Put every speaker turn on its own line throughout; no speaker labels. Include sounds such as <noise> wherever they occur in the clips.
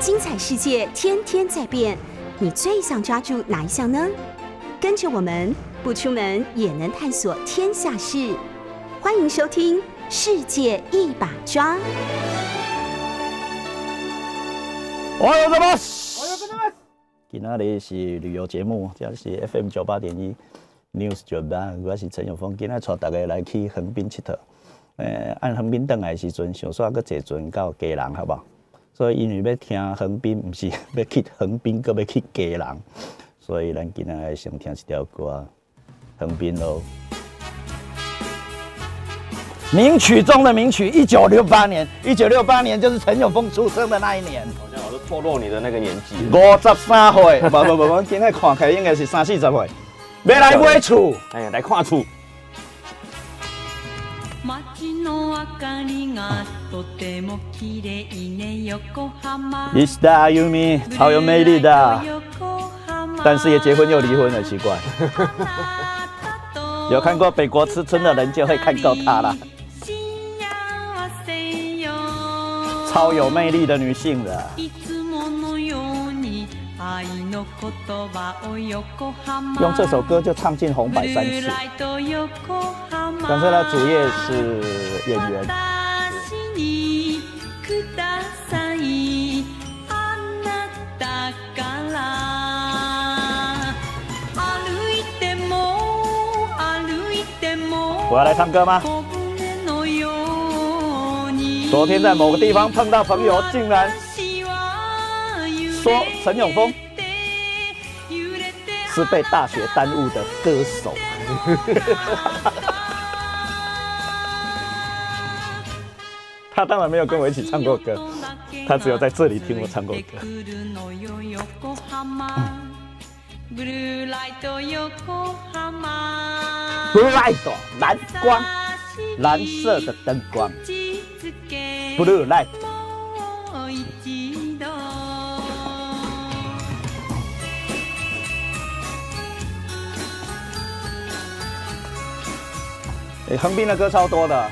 精彩世界天天在变，你最想抓住哪一项呢？跟着我们不出门也能探索天下事，欢迎收听《世界一把抓》。
我有什么？我有什么？今仔日是旅游节目，这是 FM 九八点一 News 九八，我是陈永峰。今仔带大家来去横滨佚佗。诶、按横滨转来的时阵，想煞搁坐船到家人，好无？所以因为要听横滨，毋是要去横滨，搁要去家人，所以咱今仔日先听一条歌，横滨咯。名曲中的名曲，一九六八年，一九六八年就是陈永峰出生的那一年。
好像我都透露你的那个年纪了。
五十三岁， <laughs> 无无无，我今仔看起来应该是三四十岁，要来买厝，
哎，来跨出，
街の明かりがとても綺麗ね横浜
你是大 y u 超有魅力的，但是也结婚又离婚了，奇怪。 <laughs> 有看过北国之春的人就会看够她了，超有魅力的女性了。
いつものように愛の言葉を横浜
用这首歌就唱进红白三次，但是她主业是演员。
私にくださいあなたから歩いても歩いて
我
も
要来唱歌吗？
小舟のように
昨天在某个地方碰到朋友，竟然
私は揺れて
说陈永峰
揺れて
是被大
<laughs>
学耽误的歌手。他当然没有跟我一起唱过歌，他只有在这里听我唱过歌。
ブルーライト横浜
Blue Light 蓝光，蓝色的灯光，Blue Light。
もう一度
诶，横滨的歌超多的，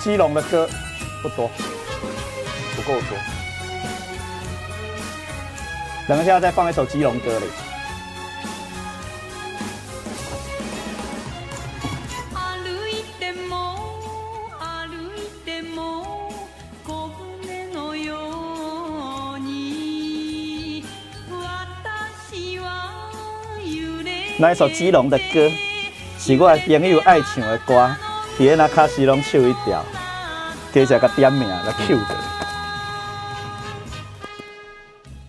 基隆的歌不多，
不够多。
等一下再放一首基隆歌嘞。
歩いても歩いても小舟のように私は揺れ
那一首基隆的歌，是我的朋友爱唱的歌，伫咧那卡西拢唱一条，加一个点名来 Q 的。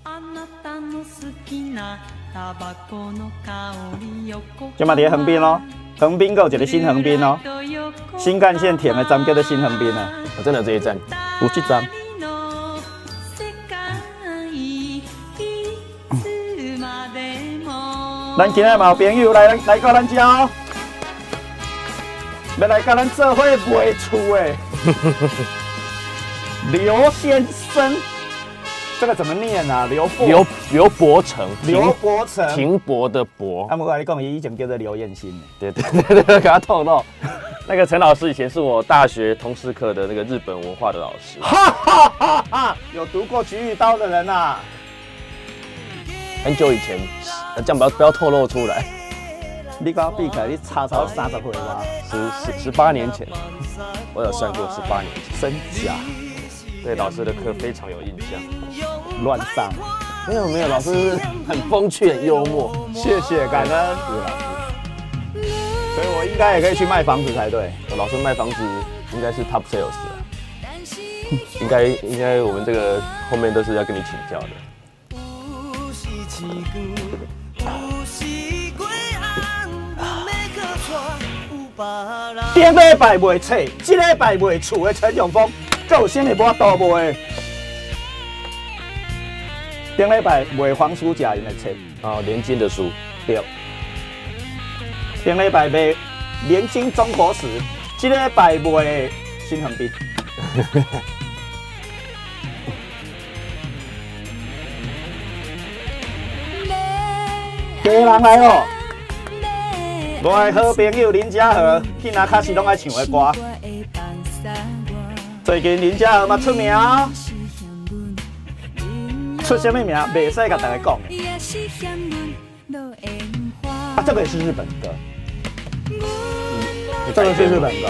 あなたの好きなタバコの香り横
今嘛伫咧横滨咯，横滨还有一个新横滨哦，新干线停的站叫做新横滨啊。
我真的有这一站，
有这站嗯咱今日嘛有朋友来来到咱家、哦，要来到咱做伙卖厝
<laughs>
的刘先生，这个怎么念啊？刘伯
刘刘伯承，
刘伯承。
停泊的泊
啊，，不过你讲，伊以前叫做刘彦新。
对对对对，给他透露。那个陈老师以前是我大学通识课的那个日本文化的老师，
哈哈哈哈！有读过《菊与刀》的人啊，
很久以前，呃这样不要不要透露出来，
你讲闭起来，你差超三十岁吧？
十十十八年前，我有算过十八年前，
真假？
对老师的课非常有印象。
乱上。
没有没有，老师很风趣，很幽默。
谢谢，感恩。
啊 <laughs>
所以我应该也可以去卖房子才对。
我老师卖房子应该是 top sales 啊，应该应该我们这个后面都是要跟你请教的。
顶礼拜卖册，这礼拜卖厝的陈永峰，还有啥物我都卖？顶礼拜卖黄书甲因的册，
啊，连襟的书，
对。顶礼拜卖《年轻中国史》，这礼拜卖新横滨。家人来哦，我的好朋友林嘉禾，去
啊
哪卡是拢爱唱的歌。啊最近林嘉禾嘛出名哦、出什么名袂使甲大家讲的，
也是乡邻落烟花
啊，这个也是日本歌，这个是日本歌，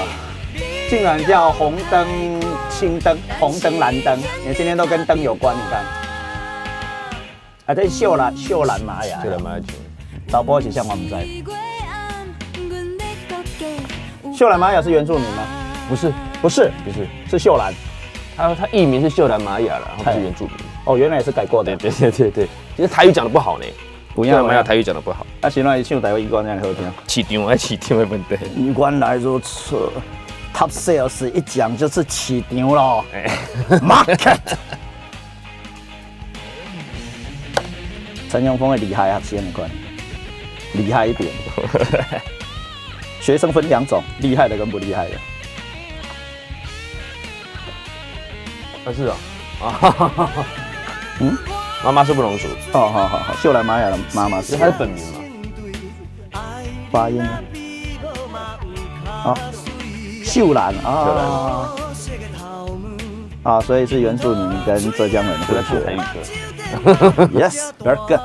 竟然叫红灯、青灯、红灯、蓝灯，你今天都跟灯有关，你看，啊，这是秀兰秀兰玛雅，
这个蛮久。
导播是向我们在，
是月暗，阮在国家有
秀兰玛雅是原住民吗？
不是，
不是，
不是，
是秀兰，
他他艺名是秀兰玛雅了，他不
哎
是原住民。
哦，原来也是改过的
对，对对对对，其实台语讲的不好呢，
不
秀兰玛雅台语讲的不好，
啊，是那伊唱台湾一贯这样好听。
起场还起场的问题。
原来如此，Top Sales 一讲就是起牛咯
哎，
，Market。陈永峰的厉害啊，时间很快，厉害 <laughs> 一点。学生分两种，厉害的跟不厉害的。
啊是啊，啊，
嗯
<laughs> 嗯，妈妈是不龙族，
哦好好好好，秀兰玛雅的妈妈是
她是本名嘛，
发音呢？啊，秀兰啊，啊，所以是原住民跟浙江人
她
混
在唱
血 <laughs>
台语。歌。
Yes，very good。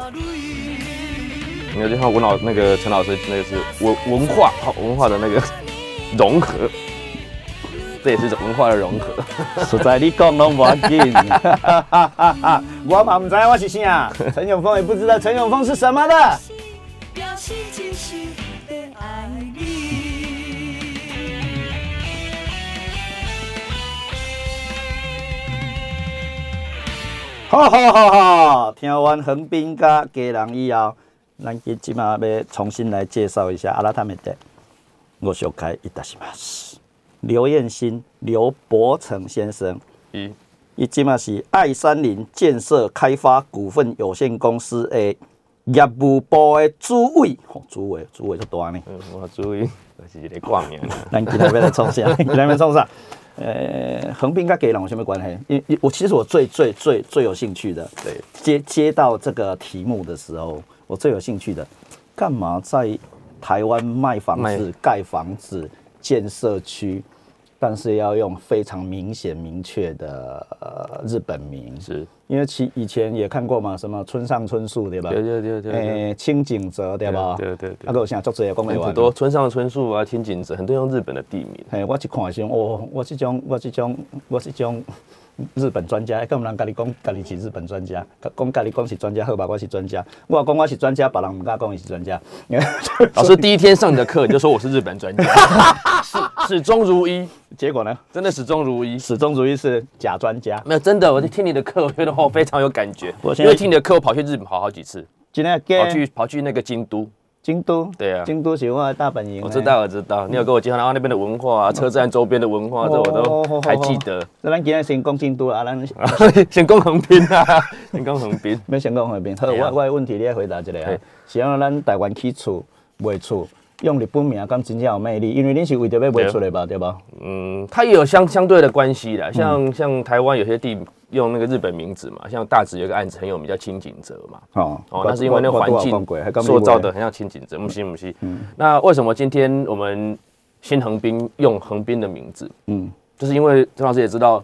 你看，就像文老那个陈老师，那个是文文化好文化的那个融合，这也是文化的融 <laughs> 合。
实在你讲拢无要紧， <laughs> 我嘛唔知我是啥，陈永峰也不知道陈永峰是什么的。
表示真心的爱你。
好好好好，听完横滨甲家人以后，咱今即马要重新来介绍一下阿拉他们的我小开伊达西马斯刘彦新、刘伯承先生。
一
伊即嘛是爱山林建设开发股份有限公司的业务部的主委，吼、主委主委就大呢。
嗯，我
<laughs>
注意，我是一个挂名。
咱今天要来创啥？咱今天要创啥？呃，横滨跟给人有什么关系？因因我其实我最最最最有兴趣的，
对，
接接到这个题目的时候，我最有兴趣的，干嘛在台湾卖房子
卖、
盖房子、建社区，但是要用非常明显明确的、呃、日本名？
是，
因为其以前也看过嘛，什么村上春树对吧？
对对对对对
诶，清井泽对吧？
对对对对
啊，个有啥作者也讲
很
完。
多村上春树啊、千景子，很多用日本的地名。
嘿，我一看的时候，哦，我这种我这种我这种日本专家，敢有人甲你讲，家己是日本专家，讲家己讲是专家好吧？我是专家，我讲我是专家，别人毋敢讲伊是专家。 <laughs>
老师第一天上你的课，你就说我是日本
<laughs>
专家，始始终如一，
结果呢，
真的始终如一。
始终如一是假专家。
没有，真的，我就听你的课，我觉得哦我非常有感觉。
哦我现
因
在
为听你的课，我跑去日本跑好几次，
今天
跑
给
哦去跑去那个京都。
京都，
对啊
京都嗯是我的大本营。
我知。道，我知道，你有给我介绍，然后那边的文化啊，车站周边的文化，这
哦
我都还记得。
那咱今天先讲京都啊，咱
先攻横滨啊， <laughs> 先攻横滨。
要先讲回边。好，
<laughs> 对啊
我我的问题你来回答一下啊
嘿。
是安咱台湾起厝卖厝，用日本名敢真正有魅力？因为恁是为着要卖出来吧，对吧？
嗯，它也有相相对的关系啦，像像台湾有些地用那个日本名字嘛，像大直有个案子很有名叫清井泽嘛。
哦
哦，那是因为那个环境塑造的。很像清景泽，木西木西。那为什么今天我们新横滨用横滨的名字？
嗯，
就是因为陈老师也知道，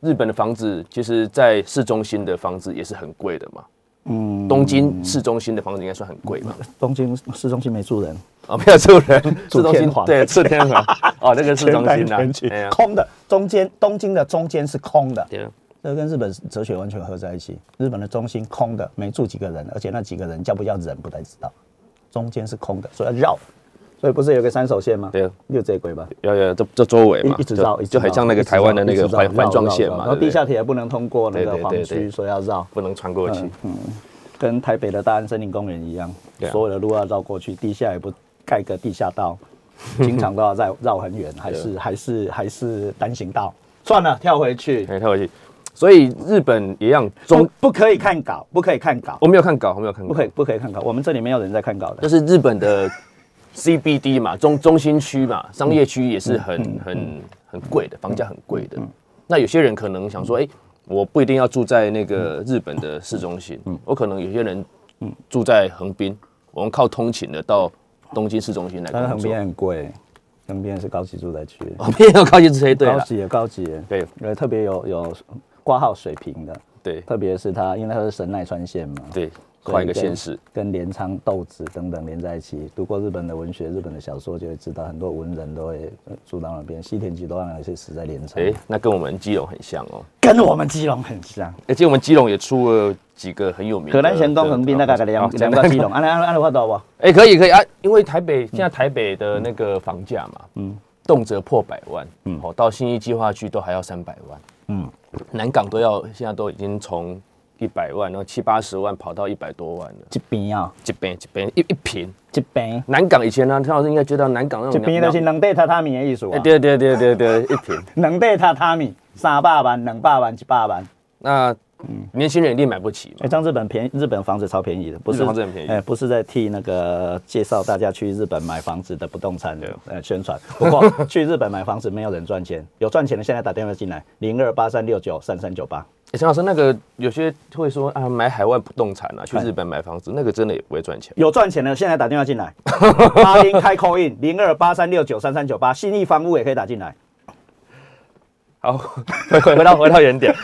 日本的房子其实，在市中心的房子也是很贵的嘛。嗯，东京市中心的房子应该算很贵吧？
东京市中心没住人，
哦，没有住人，市中
住天
心
皇
对，住天皇。哦，那个市中心
全
啊，哎
区
呀
空的，中间东京的中间是空的，
对啊，
这跟日本哲学完全合在一起。日本的中心空的，没住几个人，而且那几个人叫不叫人不太知道，中间是空的，所以要绕。所以不是有个三手线吗？
对啊
六这一轨吧。
要要这这周围嘛，
一一直
就
绕，一直
就很
绕
像那个
一直
台湾的
绕
那
一
个
直绕
环环
绕
状
绕
线
绕
嘛，
然后
对
地
不对
下铁也不能通过那
对
个
对
黄
对
区，
对
所以要绕。
不能穿过
嗯
去。
跟台北的大安森林公园一样，
对啊
所有的路要绕过去，地下也不盖个地下
<laughs>
道，经常都要绕绕很远，还是还是还是单行道。算了，跳回去，
哎，太有趣。所以日本也一样，中
不不可以看稿，不可以看稿，
我没有看稿，我没有看
不
稿
可。以不可以看稿，我们这里没有人在看稿的
就。是日本的 CBD 嘛，中中心区嘛，
嗯
商业区也是很很很贵的，房价很贵
嗯
的。那有些人可能想说，哎、我不一定要住在那
嗯
个日本的市中心，我可能有些人住在横滨，我们靠通勤的到东京市中心来
但是
工
横
作 <laughs>
滨。很贵，横滨是高级住宅区，
哦横滨有靠近这些对
高
了，
级也高级，
对
呃，特别有有挂号水平的，
对
特别是它，因为它是神奈川县嘛，
对，
所以
换一个
跟
县市，
跟镰仓豆子等等连在一起。读过日本的文学、日本的小说，就会知道很多文人都会呃住到那边。西田吉多郎也是死在镰仓，
哎，那跟我们基隆很像哦。
跟我们基隆很像。
而且我们基隆也出了几个很有名的，
可南前宫横滨大概两
哦
两个基
<laughs>
隆，安嗯安安的话多 <laughs> 不？
哎，可以可以啊，因为台北现在台北的那个房价嘛，嗯，动辄破百万，嗯，哦，到新一计划区都还要三百万，
嗯
嗯，南港都要现在都已经从一百万，然后七八十万跑到一百多万了，
这边啊，
一边一边一一平。
这边
南港以前呢，陈老师应该知道南港那
这
种
边就是
两
哦两块榻榻米的意思
哎，
啊，
对对对对对，一
<laughs>
平。
两块榻榻米三百万、两百万、一百万。
那
嗯
年轻人一定买不起
哎，
嘛，
像日本便宜，日本房子超便宜的，不
日本房子很便宜
哎，不是在替那个介绍大家去日本买房子的不动产呃宣传。不
<laughs>
过去日本买房子没有人赚钱，有赚钱的现在打电话进来，零二八三六九三三九八。
欸陈老师，那个有些会说啊，买海外不动产啊，去日本买房子，那个真的也不会赚钱。
有赚钱的现在打电话进
<laughs>
来，八零开口音零二八三六九三三九八，信义房屋也可以打进来。
好， <laughs> 回回回到回到原点。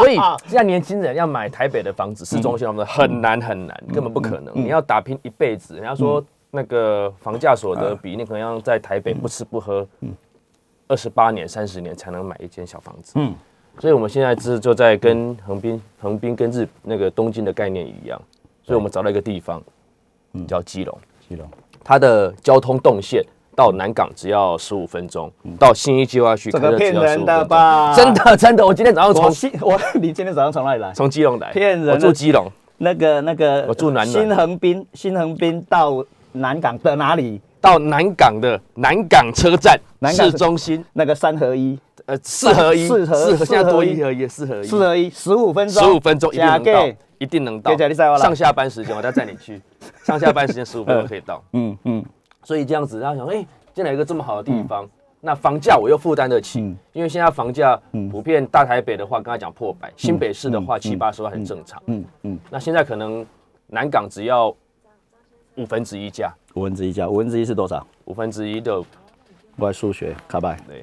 所以现在年轻人要买台北的房子，市中心他们很难很难，根本不可能。你要打拼一辈子，人家说那个房价所得比，你可能要在台北不吃不喝，二十八年、三十年才能买一间小房子。
嗯
嗯，所以我们现在是就在跟横滨、横滨跟日那个东京的概念一样，所以我们找到一个地方，叫基隆。
基隆，
它的交通动线到南港只要十五分钟，到新一计划区
这
开
嗯个
车只
骗
要十
人
五分
的
钟。
吧？
真，的真的，我今天早上
我
从
信我， <laughs> 你今天早上从哪里来？
从基隆来，
骗人的
我住基隆，
那个那个，
我住南暖
新横滨，新横滨到南港的哪里？
到南港的南港车站
南港
市中心，
那个三合一，
呃，四合一，
四合四合一
现在多一合一，四合一，
四合一，十五分
十
钟，
五分钟一定
假
能到
给，
一定能
给假你知道
到。
啦
上下班时间，我再载你去，上下班时间十五分钟可以到。
<laughs> 嗯嗯，
所以这样子，大家想，哎、进来一个这么好的地方，那房价我又负担得起，
嗯
因为现在房价普遍大台北的话，刚才讲破百，新北市的话七八十万很正常，
嗯嗯，
那现在可能南港只要五分之一价，
五分之一加五分之一是多少？
五分之一的
我的数学卡拜，
对，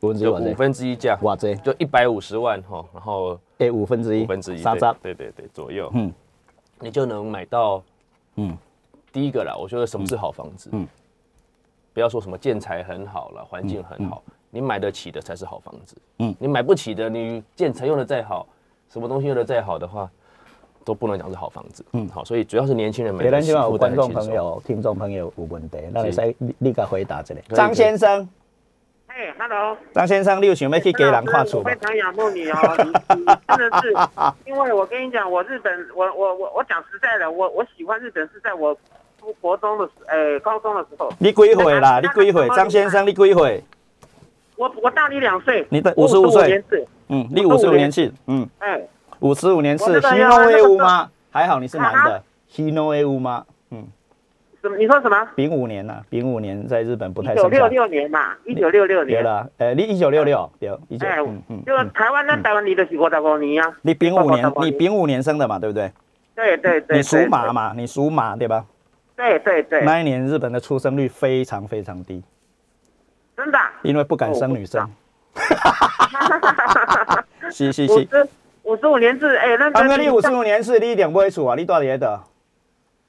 五分之一
就
我
五
这，
分之一价，
我这，
就一百五十万哈，然后
哎，五分之一，
五分之一，
三十，
对对对左右，
嗯
嗯，你就能买到，
嗯
嗯，第一个啦，我觉得什么是好房子，
嗯
嗯，不要说什么建材很好了，环境很好，你买得起的才是好房子，
嗯
嗯，你买不起的，你建材用的再好，什么东西用的再好的话，都不能讲是好房子，嗯，好，所以主要是年轻人买
给
得
咱
起，
今晚有
负担
观
得
众
轻
朋
松。
友、听众朋友有问题，那你
是
使立刻回答一下。
可以
张先生，
嘿，Hello，
张先生，你有想要去给人看厝
我
吗
非？常仰慕你
<laughs>
哦，你你真的是，因为我跟你讲，我日本，我我我我讲实在的，我我喜欢日本是在我读国中的时，呃，高中的时候，
你几岁啦？
那
你
那
几岁？
那
张先生，你几岁？
我我大你两岁，
你的
我
55岁
年次，
嗯，你五
我
十
是
五
五
年
年
次，嗯，
哎，
五十五年
我
次。
那个
h i
呀
n o
那
A
个
u 吗？还好你是男的
啊
h i n o A u 吗？
什么？你说什么？
丙午年呐，丙午年在日本不太
一九
生
六
效。
六年嘛，一九六六
对
年，
啦，呃诶，你一九六六，对，一九，
哎
嗯嗯，，
就是台湾那台湾你的是我的五年啊，
你丙五年，
我
你丙五年生的嘛，对不对？
对对对，
你属
对
马，嘛，你属马对吧？
对对对，
那一年日本的出生率非常非常低，
真的啊，
因为不敢生女
哦
生。 <laughs> 是是
五
是，
十五十五年制，哎，那
安
那
哥，你五十五年是你一定不会厝啊？你住伫倒？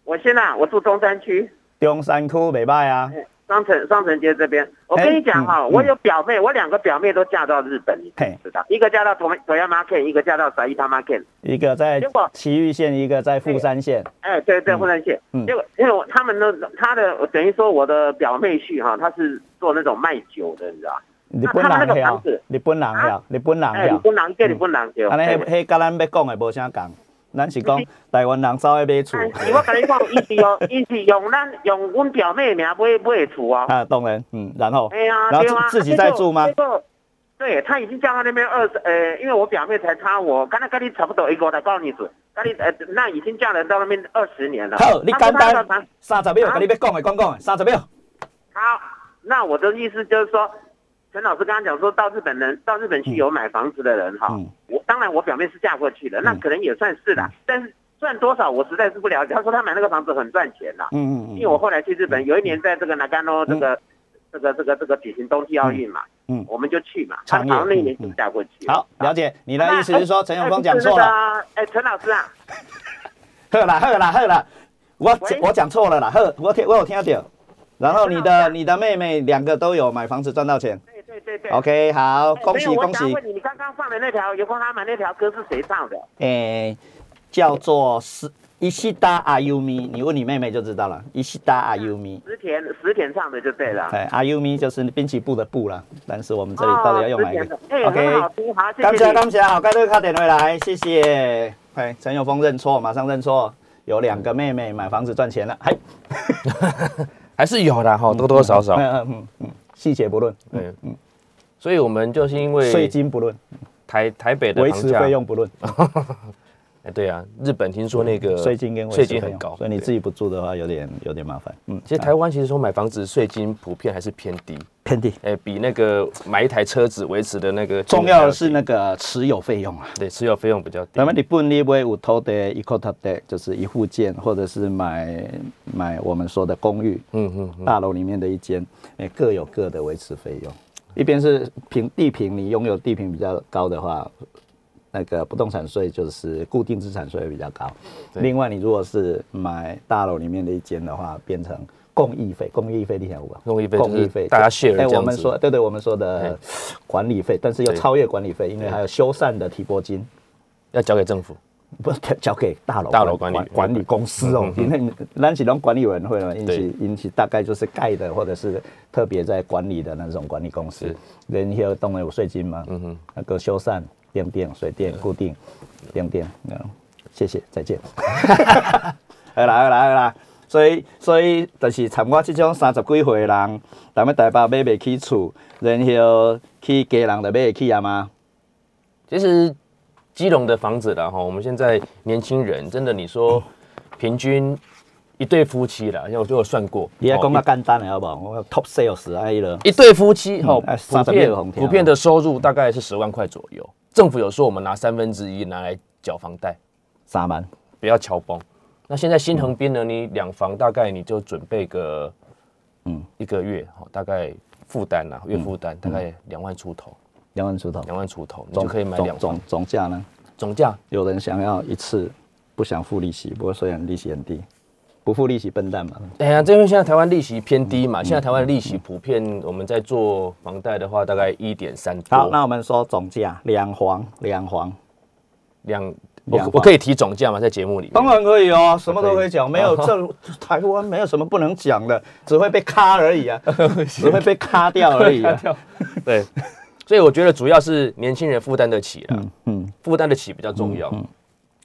我现在啊我住中山区。
中山区袂歹啊，
双城双城街这边，我
哎
跟你讲哈、
嗯
我有表妹，我两个表妹都嫁到日本，你知
嘿
不知道？一个嫁到同同样 market，一个嫁到三一他 market。
一个在
结果
崎玉县，一个在富山县。
哎，对对，
嗯
湖南县
嗯。
结果因为我他们呢，他的等于说我的表妹婿哈、他是做那种卖酒的，你知道吧？
日本人
那他那个
晓
房子，
日本人晓
啊，
日本人
哎，你
晓。
不能给你不能给。
安尼，
哎
迄迄甲咱要讲的无啥共，咱是讲台湾人走去买厝。
哎我跟你讲，伊是用伊是用咱用阮表妹的名买买厝哦。
啊，当然，嗯，然后，
哎呀，
然后
对啊
自自己在住吗？
结果结果对他已经嫁到那边二十，呃，因为我表妹才差我，刚才跟你差不多一个的，告诉你准，跟你呃，那已经嫁人到那边二十年了。
好，你
他
简
说他要
单
谈，
三十秒，
啊
甲你要讲的讲讲的，三十秒。
好，那我的意思就是说，陈老师刚刚讲说到日本人到日本去有买房子的人哈，
嗯
我当然我表妹是嫁过去的，那可能也算是啦，但是赚多少我实在是不了解。他说他买那个房子很赚钱啦，
嗯嗯
因为
嗯，
我后来去日本，有一年在这个南干哦，这个、这个这个这个举行冬季奥运嘛，
嗯
我们就去嘛。他
创业
好像那一年
嗯
就嫁过去。
好，
哎
了解。你的
那
意思是说陈永峰讲错了？
了？哎，陈老师啊，
呵啦呵啦呵啦，我
喂
我讲错了啦，呵，我听我有听到。然后你
真的
的
啊
你的妹妹两个都有买房子赚到钱。
对对对对。
OK，好，
哎
恭
没
喜
有我
恭
想
喜。
问你，你刚刚放的那条《游空哈马》那条歌是谁唱的？
诶、哎叫做是伊西达阿尤米，你问你妹妹就知道了。伊西达阿尤米，
石田石田唱的就对了。
哎，阿尤米就是滨崎步的步啦，但是我们这里到底要用哪一个、
哦之前的哎很好听好谢谢
感谢
你
感谢，好，盖瑞卡点回来，谢谢。哎，陈永峰认错，马上认错，有两个妹妹买房子赚钱了，嗨。
还是啊有的哈，多多少少。
<laughs> 嗯嗯嗯，细节不论，
嗯嗯，所以我们就是因
税
为
金不论，
台台北的
维
房
持
价
费，用不论，
哎，对啊，日本听说那个
嗯税金跟维
税
持
金
费
很
用
高，
所以你
对
自己不住的话有点有点麻烦。嗯，
其实台湾其实说买房子税金普遍还是偏低，
偏低。
哎，比那个买一台车子维持的那个金额
重要
还
的是
低
那个持有费用啊，
对持有费用比较低
咱。们日本你买有土地一块土地，就是一户建，或者是买买我们说的公寓，
嗯嗯嗯，
大楼里面的一间，哎，各有各的维持费用。一边是平地平，你拥有地平比较高的话，那个不动产税就是固定资产税会比较高。
对
另外，你如果是买大楼里面的一间的话，变成共益费，共益费你想五啊，
共益费就是
共益费，
大家 share
哎，
这样子
我们说，对对，我们说的
哎
管理费，但是又
对
超越管理费，因为
对
还有修缮的提拨金。
要交给政府。
不交给大楼
大楼管理嗯
管理公司哦，因为咱是拢管理委员会嘛，引
对
起引起大概就是盖的或者是特别在管理的那种管理公司
是，
人有动了有税金嘛，嗯哼，那个修缮、电电、水电、固定、电电，嗯，谢谢，再
<laughs>
见。好啦好啦好啦，所以所以就是参我这种三十几岁的人，咱们台北买袂起厝，然后去家人就买得起啊吗？
其实基隆的房子啦，哈，我们现在年轻人真的，你
哦
说平均一对夫妻啦，因为我就有算过，
你要讲
哦
较简单的好不好？我 top sales 哎了。
一一对夫妻哈
嗯哎，
普
32个红
遍
条
普遍的收入大概是十万块左右。政府有说我们拿三分之一拿来缴房贷，
三万，
不要敲崩。那现在新横滨呢，你两房大概你就准备个嗯一个月哈，大概负担
嗯
啦，月负担大概两万出头，
两万出头，
两万出头，你就
总
可以买
总
两房
总，总价呢？
总价
有人想要一次不想付利息，不过虽然利息很低，不付利息笨蛋嘛。
哎呀，这因为现在台湾利息偏低
嗯
嘛，现在台湾利息普遍，我们在做房贷的话，大概一点三多。
好，那我们说总价两黄两黄，
嗯两，
两
我
房
我可以提总价吗？在节目里面？
当然可以哦，什么都可以讲，
可以
没有这
<laughs>
台湾没有什么不能讲的，只会被卡而
<laughs>
已啊，只会被卡掉而已啊。
对，所以我觉得主要是年轻人负担得起啦，
嗯，
负担得起比较重要。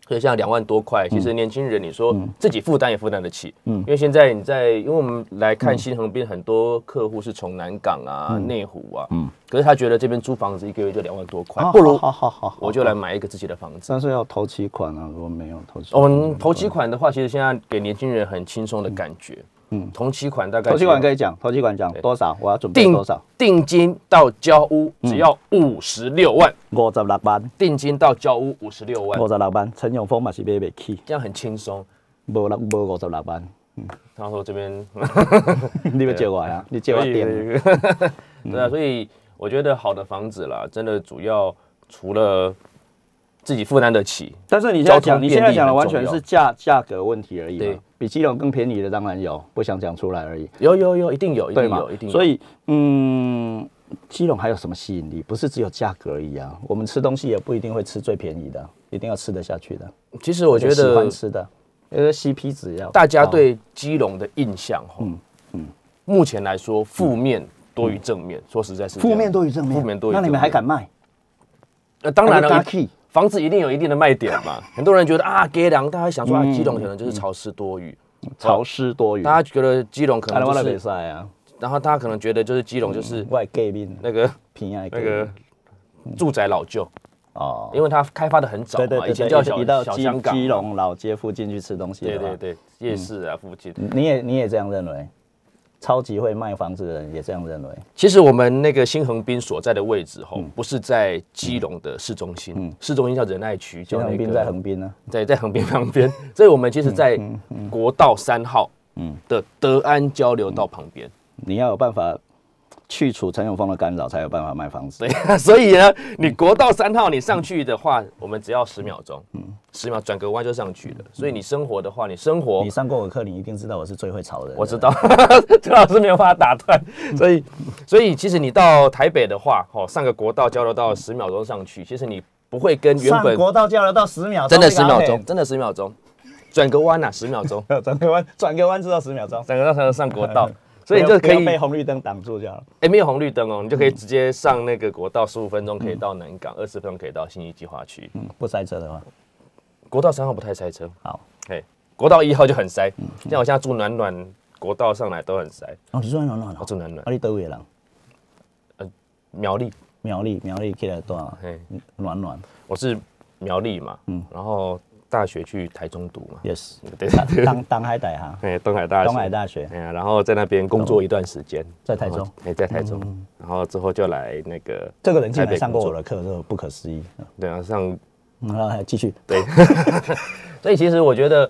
所以像两万多
嗯
块，其实年轻人你说自己负担也负担得起，因为现在你在，因为我们来看新横滨很多客户是从南港啊、
嗯
内湖啊，可是他觉得这边租房子一个月就两万多块，啊不如
啊好好好好，
我就来买一个自己的房子。哦
但是要投期款啊，如果没有投期
我
款，
们投期款的话，其实现在给年轻人很轻松的感觉。嗯，同期款大概
投期款可
以
以讲，投期款讲
对
多少，我要准备
定
多少，嗯
定金到交屋只要五十六万，
五十六万，
定金到交屋五十六万
五，十六万，陈永峰嘛是买袂起。
这样很轻松。
无六无五十六万， <laughs>
然后这边
你要借我呀？你借我
可以
点
可
啊，
以 <laughs> 对啊，
嗯
所以我觉得好的房子啦，真的主要除了自己负担得起，
但是你现在
交通
讲，你现在
便利
讲的
很
完
重
全
要
是价价格问题而已嘛
对。
比基隆更便宜的当然有，不想讲出来而已，
有有有，一定有，一定
对吗
有，一？定有。
所以，嗯，基隆还有什么吸引力？不是只有价格而已啊。我们吃东西也不一定会吃最便宜的，一定要吃得下去的，
其实我觉
喜
得
欢哦吃的，因为 CP 值要
大家
高
对基隆的印象，哈，
嗯
目前来说负面多于正面，说实在是这样
负面多于正面，
负面多于
那你
正
们
面
还敢？卖？
呃，当然
还
了
敢，打
房子一定有一定的卖点
<laughs>
嘛。很多人觉得啊，给粮，大家想说啊，
嗯
基隆可能就是潮湿多雨，
潮湿多于，
大家觉得基隆可
啊
能
我嗯
就
就比
是，
赛啊，
然后大家可能觉得就是基隆就是
外 gay 面
那个
平安
那个住宅老旧，
哦，
因为它开发的很早
对对
嘛，
对，
以前叫
对
小
一到
小
基
香港嘛，
基隆老街附近去吃东西，
对对，对，夜市啊附近。
你也你也这样认为？超级会卖房子的人也这样认为，
其实我们那个新横滨所在的位置吼，
嗯
不是在基隆的市中心，市中心叫仁爱区，
就
叫
横
那
嗯滨在
个
横嗯滨呢，
在在横滨旁边， <laughs> 所以我们其实，在国道三号的德安交流道旁边，
你要有办法去除陈永峰的干扰，才有办法卖房子。
对， <laughs> 所以呢，你国道三号你上去的话，我们只要十秒钟，十秒转个弯就上去了。所以你生活的话，你生活
你上过我课，你一定知道我是最会吵的人。
我知道， <laughs> 陈老师没有办法打断，
嗯
所以所以其实你到台北的话，哦，上个国道交流道十秒钟上去，其实你不会跟 <laughs> 原
上
本
国道交流道十秒，
真的十
上啊
秒
那个
钟，真的十秒钟，转个弯啊，十秒
<laughs>
钟，
嘿， <laughs> 转个弯，转个弯至少十秒钟，
转个弯才能上国道，所以你就
嗯不
可
要
以
被红绿灯挡住就好了。
哎、没有红绿灯哦，你就
嗯
可以直接上那个国道，十五分钟可以到南港，二十、分钟可以到新义计划区。
嗯，不塞车的话，
国道三号不太塞车，
好。嗯
嘿，国道一号就很塞。像我现在住暖暖，国道上来都很塞。
哦，你住暖暖哦，
我住暖暖
啊，你倒位人？嗯
苗栗，
苗栗，苗栗起来多少
嘿？
暖暖
我是苗栗嘛，嗯，然后大学去台中读
<laughs>
嘛，
，yes，
对对 <laughs> 对，
当当海大哈，
哎，东海大学，
东海大学
哎呀，然后在那边工作一段时间，
在台中
然后，哎，在台中，然后之后就来那个
嗯这个人竟
台
然
北
上过
工
我的
作，
课，这个不可思议。
对啊，上
嗯然后还继续，
对，所以其实我觉得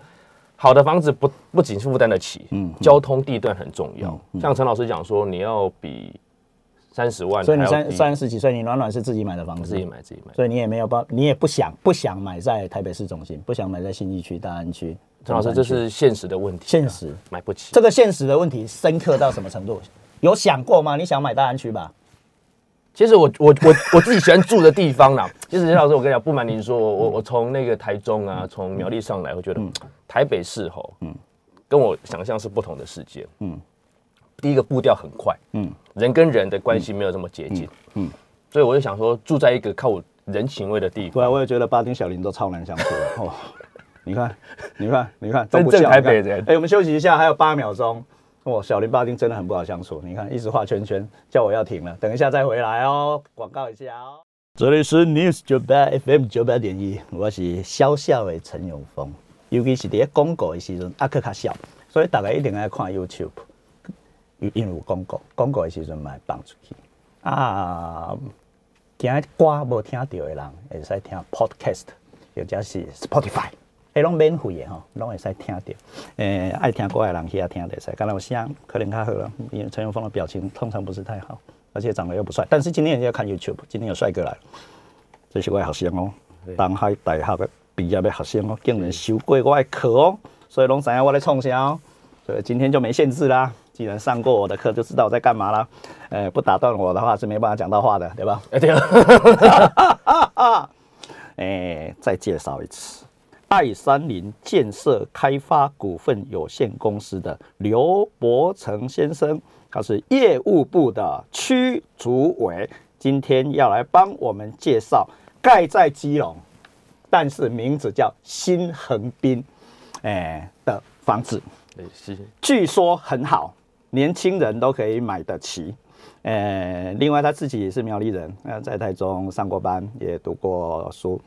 好的房子不不仅是负担得起，嗯，交通地段很重
嗯
要。像陈老师讲说，你要比三十万还
所以你
要低，
三三十几岁，你暖暖是自己买的房子，
自己买自己买。
所以你也没有包，你也不想不想买在台北市中心，不想买在信义区、大安区。
陈老师，这
中山区
是现实的问题啊，
现实，
买不起。
这个现实的问题深刻到什么程度？有想过吗？你想买大安区吧？
其实我我我我自己喜欢住的地方啦。 <laughs> 其实陈老师，我跟你讲，不瞒您说，我我我从那个台中啊，从苗栗上来，我觉
嗯
得台北市吼，嗯，跟我想象是不同的世界。嗯，第一个步调很快，
嗯
嗯，人跟人的关系没有这么接近，嗯，所以我就想说，住在一个靠我人情味的地
对啊，
方， <laughs>
我也觉得巴丁小林都超难相处的 <laughs> 哦。你看，你看，你看，
真
都不
正
笑
台
你看
北人
哎、我们休息一下，还有八秒钟。哦，小林巴丁真的很不好相处。你看，一直画圈圈，叫我要停了，等一下再回来哦。广告一下哦。这里是 News 九八 FM 九八点一，我是笑笑的陈永峰。尤其是伫咧广告的时阵，啊，佫较笑，所以大家一定爱看 YouTube，因因为有广告，广告的时阵嘛会放出去啊。今日歌无听到的人，会使听 podcast，或者是 Spotify，迄拢免费的吼，拢会使听到。诶、爱听歌的人遐听得会使，敢若有声可能较好啦，因为陈永峰的表情通常不是太好，而且长得又不帅。但是今天也要看 YouTube，今天有帅哥来了，这是我的学生哦、东海大学的毕业的学生哦、竟然修过我的课哦、所以拢知影我在创啥哦。所以今天就没限制啦，既然上过我的课，就知道我在干嘛啦。诶、不打断我的话是没办法讲到话的，对吧？
哎对啊，
哎、再介绍一次，爱山林建设开发股份有限公司的刘伯成先生，他是业务部的区主委，今天要来帮我们介绍盖在基隆，但是名字叫新横滨，哎、的房子。
哎是
据说很好，年轻人都可以买得起。呃，另外他自己也是苗栗人，呃，在台中上过班，也读过书，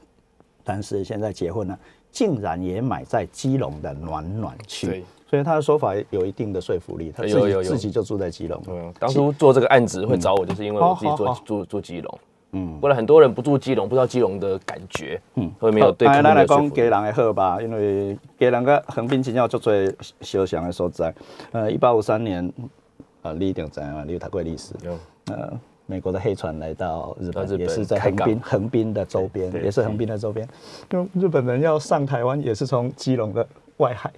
但是现在结婚了，竟然也买在基隆的暖暖区
对，
所以他的说法有一定的说服力。他自己
有有有
自己就住在基隆，
对啊当初做这个案子会找我，就是因为我自己
嗯好好好
住住住基隆。嗯，不然很多人不住基隆，不知道基隆的感觉，嗯，会没有对
哎
客户
咱来
的说
讲家
服力。
人的好吧，因为家人个横滨真正有足多相像的所在。呃，一八五三年，呃，你一定知道嘛，你有读过历史。
有
呃，美国的黑船来到日
到
本，
日本
也是在
开
横
港
滨横滨的周边，
对对
也是横滨的周边。因为日本人要上台湾，也是从基隆的外海，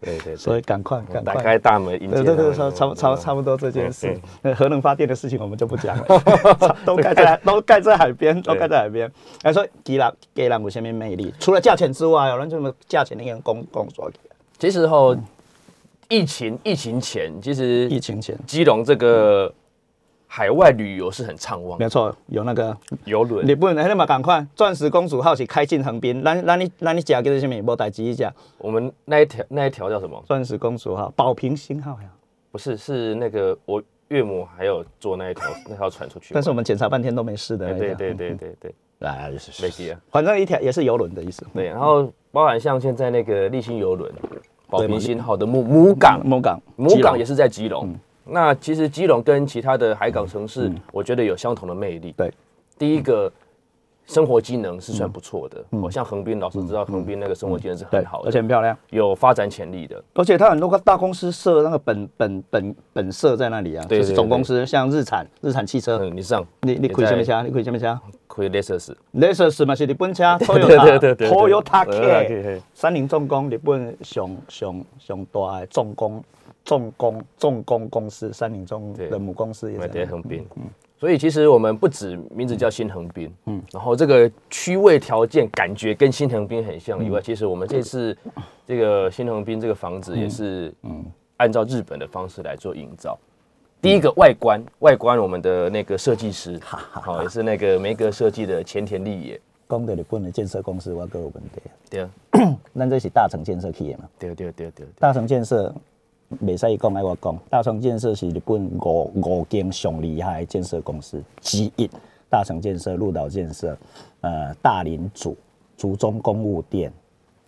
对
<laughs>
对
所
对，
以赶快赶
打
快
开大门迎接
对对对，
他
差
们
差差差不多这件事
对。
那核能发电的事情我们就不讲
<laughs>
了，都盖在都盖在海边，都盖在海边。来说基兰基兰有什么魅力？除了价钱之外，有人这么价钱那个公公说起来，
其实吼，疫情疫情前，其实
疫情前
基隆这个海外旅游是很畅旺
没，错，有那个
游
日
轮
本那嘛赶快，钻石公主号是开进横滨，咱咱你咱你食叫做什么？无代志一食
我们那一条那一条叫什么？
钻石公主号、宝瓶星号呀。
不是，是那个我岳母还有坐那一条那条船出去玩，
但是我们检查半天都没事的哎
哎
那一嗯条。
对对对对对
来，来
没事啊，
反正一条也是游轮的意思。
对，然后包含像现在那个立新游轮、宝
对嘛
瓶星号的母啊母港，
母港，
母港也
是
是在基
嗯
隆。那其实基隆跟其他的海港城市，我觉得有相同的魅力。
对，
第一个，生活机能是算不错的。
嗯
我像横滨，老师知道横滨那个生活机能是
对
很好，的，
而且很漂亮。
有发展潜力的。
而且它很多个大公司设那个本本本本社在那里啊，
对
就是
对
总
对
公司，像日产日产汽车，
嗯，你上
你你开
也
什
在
么车？你开什么车
亏 Lexus，
？Lexus 嘛是日本车
<laughs> 对对对对对
，Toyota，Toyota
对对对
K，三菱重工日本上上上大的重工重工重工公司，三菱重
对
的母公司也
买
在
在
那里。
横滨。所以其实我们不止名字叫新横滨，嗯，然后这个区位条件感觉跟新横滨很像以外，其实我们这次这个新横滨这个房子也是，嗯嗯，按照日本的方式来做营造。第一个外观，外观我们的那个设计师，好，也是那个梅格设计的前田利也，
讲到日本的建设公司，我还有问题。
对啊，
咱这是大成建设企业嘛？
对啊对啊对啊对啊，对啊
大成建设袂使伊讲，爱我讲。大成建设是日本五五间上厉害的建设公司之一。大成建设、鹿岛建设、呃大林组、竹中公务店，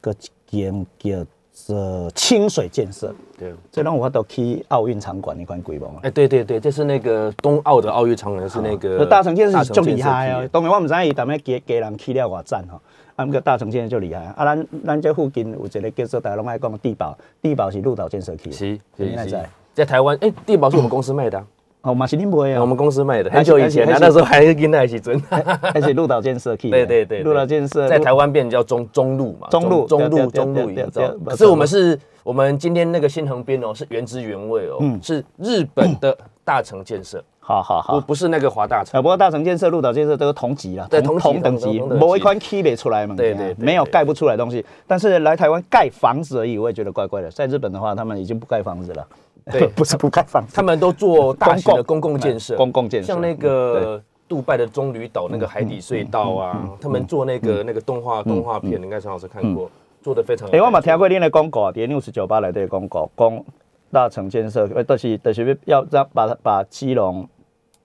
搁一间叫做清水建设。
对啊。
这让我都去奥运场馆，你看规模啊。
哎，对对对，这是那个冬奥的奥运场馆，是嗯那
所
个
以大成建设是足厉害
大成建
哦
设。
当然我毋知伊踮咧家家人去了偌赞吼，啊，毋过大成建设足厉害啊。啊，咱咱这附近有一个叫做大家拢爱讲的地堡，地堡是鹿岛建设起的，
是
你哪
是
知
是，在台湾，哎，地堡是我们公司卖的啊，
哦，嘛是恁买的
我
哦，
们公司卖的，
还
很
是
久以前
还
啊，
是
那时候还是跟那一起尊。
还是鹿岛建设起的，
<laughs> 对对对，对
鹿岛建设
在台湾变成叫中中路嘛，
中路
中
对
路
对
中路
对对
营
对
造
对。对
可是我们是，我们今天那个新横滨哦，是原汁原味哦，是日本的大城建设，
好嗯好
不
好。
不是那个华大
啊，
城。
不过大成建设、鹿岛建设都是同级啦，
对同级
同等级，
同等级
某一款 key 不出来嘛，
对对对对
啊没有盖不出来的东西。但是来台湾盖房子而已，我也觉得怪怪的。在日本的话，他们已经不盖房子了，
对
<laughs> 不是不盖房子，
他们都做大型的
公
公
共哎
共建设，
公共建设
像那
嗯
个杜拜的棕榈岛那个海底隧道啊，他们做那个
嗯
那个动画动画片，应该陈老师看过，做的非常有
诶、
感
嗯
觉。
哎我嘛听过恁的广告，伫六十九八内底的广告，讲大成建设，呃，就是就是要让把把基隆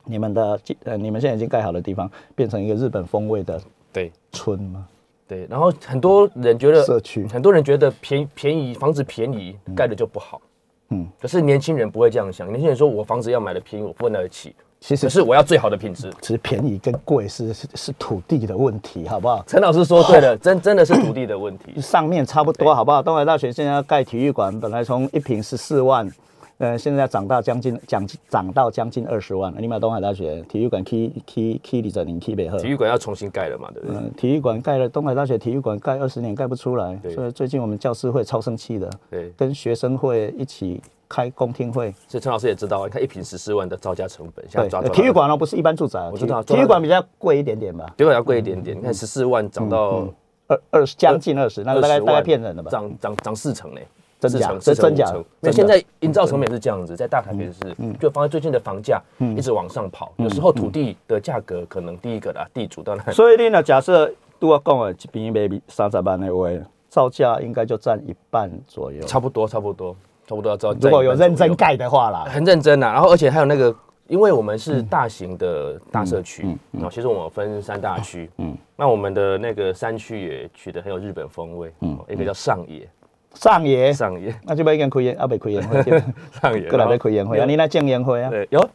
你们的基呃你们现在已经盖好的地方，变成一个日本风味的
对。
村吗？
对，然后很多人觉得
社区
很多人觉得便便宜，房子便宜盖的就不好。
嗯
嗯，可是年轻人不会这样想，年轻人说我房子要买的便宜，我付得起，
其
可
实
是我要最好的品质。
其实便宜跟贵是是是土地的问题，好不好？
陈老师说对了，真真的是土地的问题。
上面差不多，好不好？东海大学现在要盖体育馆，本来从一平十四万，呃，现在涨到将近涨涨到将近二十万。你买东海大学体育馆起起起二十年起袂好。
体育馆要重新盖了嘛，对不对？
嗯，体育馆盖了，东海大学体育馆盖二十年盖不出来，
对
所以最近我们教师会超生气的，
对
跟学生会一起开公听会，
所以陈老师也知道，你看一平十四万的造价成本，现在
对，
抓
呃
抓
体育馆哦不是一般住宅哦，
我
体
知道
体育馆比较贵一点点吧，
体育馆要贵一点点，你看十四万
嗯
涨到
二二十将近二十，那个大概
20万
大概骗人的吧，
涨涨涨四成呢，
真
四
假
成
这
四成
真假真
五成没
的
有，现在营造成本是这样子，在大台北
嗯
市，就放在最近的房价一直往上跑，有时候土地的价格可能第一个啦，地主当然
所以你呢，假设对我讲的，一边卖三十万的话，造价应该就占一半左右，
差不多差不多差不多要照。
如果有认真
干，
盖的话啦，
很认真啊，然后而且还有那个，因为我们
嗯
是大型的大社区，然后其实我们有分三大区，嗯，那我们的那个山区也取得很有日本风味，嗯，一个叫上野，
上野，
上野，
那就不要跟开烟，啊，不开烟
<laughs>
会，过
上
<laughs>
野，
来要开烟会啊，你那建烟会啊，
对，有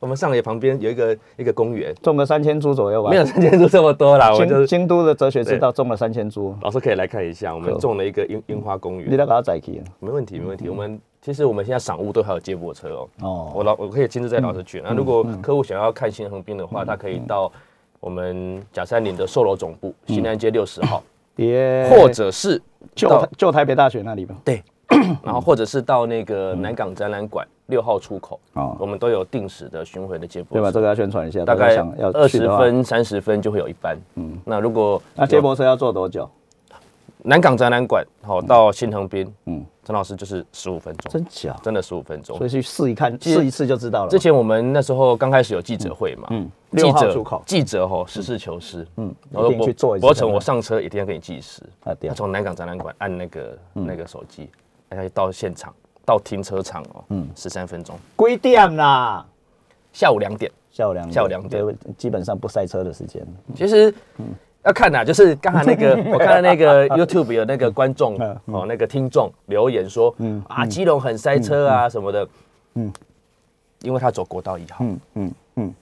我们上野旁边有一个一个公园，
种个三千株左右吧，
没有三千株这么多啦，我们
京
就是
京都的哲学之道种了三千株，
老师可以来看一下，我们
好
种了一个樱樱花公
你
园，
得把它载去。
没问题没问题。我们其实我们现在赏物都还有接驳车哦，
哦嗯
我老我可以亲自带老师去。那如果客户想要看新横滨的话，他可以到我们假山林的售楼总部新安街六十号，
别
或者是
旧
到
旧台北大学那里吧。
对，
嗯
然后或者是到那个南港展览馆六号出口
哦，
我们都有定时的巡回的接驳
对吧？
车
这。个要宣传一下，大
大
家
概
想要
二
去
十
的话。
分、三十分就会有一班。嗯，那如果
那接驳车要坐多久？
南港展览馆，好到新横滨，
嗯
嗯，陈老师就是十五分钟，
真假？
真的十五分钟
所。以去试一看，
其实
试一次就知道了。
之前我们那时候刚开始有记者会嘛，嗯，
6
记
号
者
出口
记者吼实事求是，嗯，
一定去做一次
博
看
成
看
我上车一定要给你计时，
啊对啊
他从南港展览馆按那个那个手机，大概到现场到停车场哦，嗯，十三分钟，
几点啦？
下午两点。
下午两
下午两点
对，基本上不塞车的时间。
其实要看呐、就是刚才那 <laughs> 个，我看到那个 YouTube 有那个观众哦，那个听众留言说，啊，基隆嗯嗯很塞车啊什么的，嗯，因为他走国道一号，嗯嗯嗯，嗯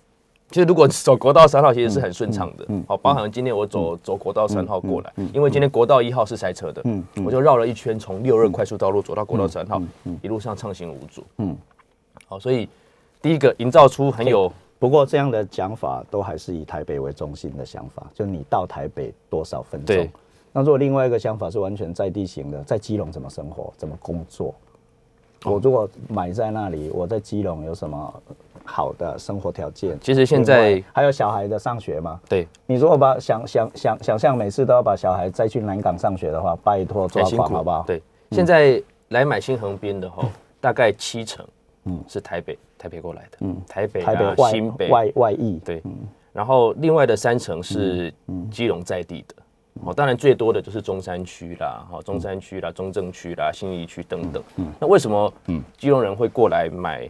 其实如果走国道三号，其实是很顺畅的。好，包含今天我走走国道三号过来，因为今天国道一号是塞车的，我就绕了一圈，从六二快速道路走到国道三号，一路上畅行无阻。
嗯
嗯，好，所以第一个营造出很有
不过这样的讲法都还是以台北为中心的想法，就你到台北多少分钟
对。
那如果另外一个想法是完全在地型的，在基隆怎么生活，怎么工作？
哦
我如果买在那里，我在基隆有什么好的生活条件？
其实现在
另外还有小孩的上学嘛，
对，
你如果把想想想想象每次都要把小孩再去南港上学的话，拜托抓
很辛
狂
苦，
好不好？，嗯
对，现在来买新横滨的吼，大概七成嗯是台北台北过来的，嗯，台北
台
啊
北外
新北
外外嗯溢，
对，然后另外的三成是基隆在地的，
嗯
哦，当然最多的就是中山区啦，哈，中山区啦、中正区啦、信义区等等。
嗯
那为什么基隆人会过来买